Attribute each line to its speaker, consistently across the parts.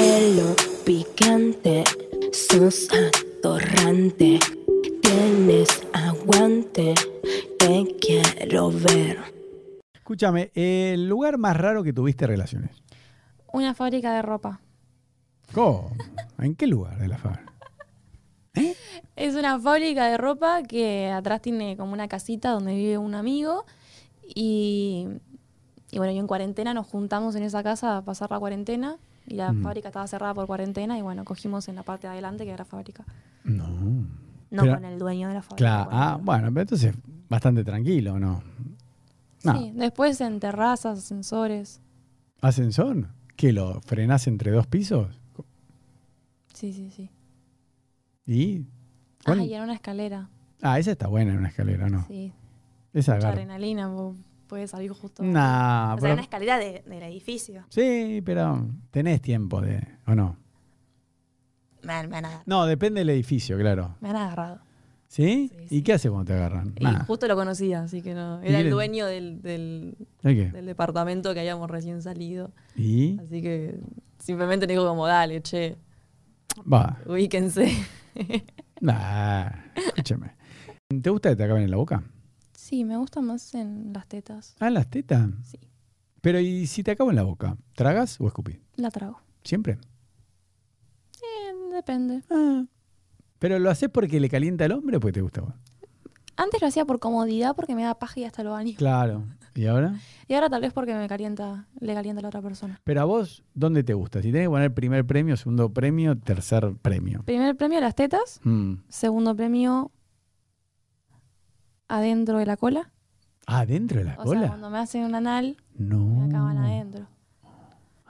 Speaker 1: pelo picante, sos atorrante, tienes aguante, te quiero ver.
Speaker 2: Escúchame, eh, el lugar más raro que tuviste relaciones.
Speaker 3: Una fábrica de ropa.
Speaker 2: ¿Cómo? ¿En qué lugar de la fábrica?
Speaker 3: Es una fábrica de ropa que atrás tiene como una casita donde vive un amigo. Y, y bueno, yo en cuarentena nos juntamos en esa casa a pasar la cuarentena. Y la
Speaker 2: Mm.
Speaker 3: fábrica estaba cerrada por cuarentena. Y bueno, cogimos en la parte de adelante que era la fábrica.
Speaker 2: No.
Speaker 3: No
Speaker 2: Pero-
Speaker 3: con el dueño de la fábrica.
Speaker 2: Claro.
Speaker 3: bueno.
Speaker 2: Ah, bueno, pero entonces bastante tranquilo, ¿no? No.
Speaker 3: Sí, después en terrazas, ascensores.
Speaker 2: ¿Ascensor? ¿Que lo frenás entre dos pisos?
Speaker 3: Sí, sí, sí.
Speaker 2: ¿Y?
Speaker 3: Ah,
Speaker 2: ¿Cuál?
Speaker 3: y era una escalera.
Speaker 2: Ah, esa está buena en una escalera, ¿no?
Speaker 3: Sí,
Speaker 2: Esa
Speaker 3: mucha
Speaker 2: agarra.
Speaker 3: adrenalina. vos Puedes salir justo.
Speaker 2: Nah,
Speaker 4: O sea,
Speaker 2: pero-
Speaker 4: una escalera de- del edificio.
Speaker 2: Sí, pero tenés tiempo de... ¿O no?
Speaker 4: Me han, me han agarrado.
Speaker 2: No, depende del edificio, claro.
Speaker 3: Me han agarrado.
Speaker 2: ¿Sí?
Speaker 3: Sí,
Speaker 2: ¿Y
Speaker 3: sí.
Speaker 2: qué hace cuando te agarran?
Speaker 3: Y
Speaker 2: Nada.
Speaker 3: justo lo conocía, así que no.
Speaker 2: ¿Y
Speaker 3: Era el
Speaker 2: eres-
Speaker 3: dueño del, del,
Speaker 2: ¿Y qué?
Speaker 3: del departamento que habíamos recién salido.
Speaker 2: Y
Speaker 3: Así que simplemente le digo como, dale, che,
Speaker 2: va.
Speaker 3: ubíquense.
Speaker 2: Nah, escúchame. ¿Te gusta que te acaben en la boca?
Speaker 3: Sí, me gusta más en las tetas.
Speaker 2: Ah, las tetas.
Speaker 3: Sí.
Speaker 2: Pero ¿y si te acabo en la boca? ¿Tragas o escupís?
Speaker 3: La trago.
Speaker 2: Siempre.
Speaker 3: Eh, depende.
Speaker 2: Ah. ¿Pero lo haces porque le calienta al hombre o porque te gusta? a vos?
Speaker 3: Antes lo hacía por comodidad porque me da paja y hasta lo baño.
Speaker 2: Claro. ¿Y ahora?
Speaker 3: Y ahora tal vez porque me calienta, le calienta a la otra persona.
Speaker 2: Pero a vos, ¿dónde te gusta? Si tenés que poner primer premio, segundo premio, tercer premio.
Speaker 3: Primer premio, las tetas.
Speaker 2: Mm.
Speaker 3: Segundo premio, adentro de la cola.
Speaker 2: Ah, ¿dentro de la
Speaker 3: O
Speaker 2: cola? Oh.
Speaker 3: sea, cuando me hacen un anal,
Speaker 2: no.
Speaker 3: me acaban adentro.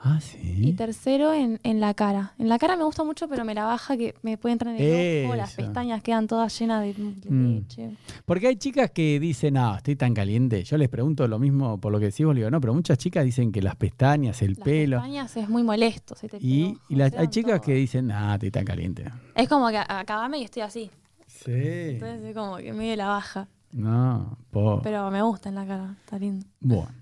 Speaker 2: Ah,
Speaker 3: Y
Speaker 2: sí.
Speaker 3: tercero, en, en la cara. En la cara me gusta mucho, pero me la baja que me puede entrar en el ojo, las
Speaker 2: Eso.
Speaker 3: pestañas quedan todas llenas de, de
Speaker 2: Mm.
Speaker 3: leche.
Speaker 2: Porque hay chicas que dicen, ah, estoy tan caliente. Yo les pregunto lo mismo por lo que decís, vos, le digo, no, pero muchas chicas dicen que las pestañas, el
Speaker 3: Las
Speaker 2: pelo.
Speaker 3: pestañas es muy molesto. se te
Speaker 2: Y,
Speaker 3: pega,
Speaker 2: y las, hay
Speaker 3: quedan
Speaker 2: chicas
Speaker 3: todas.
Speaker 2: que dicen, ah, estoy tan caliente.
Speaker 3: Es como que a- acabame y estoy así.
Speaker 2: Sí.
Speaker 3: Entonces es como que medio la baja.
Speaker 2: No, po.
Speaker 3: Pero me gusta en la cara, está lindo.
Speaker 2: Bueno.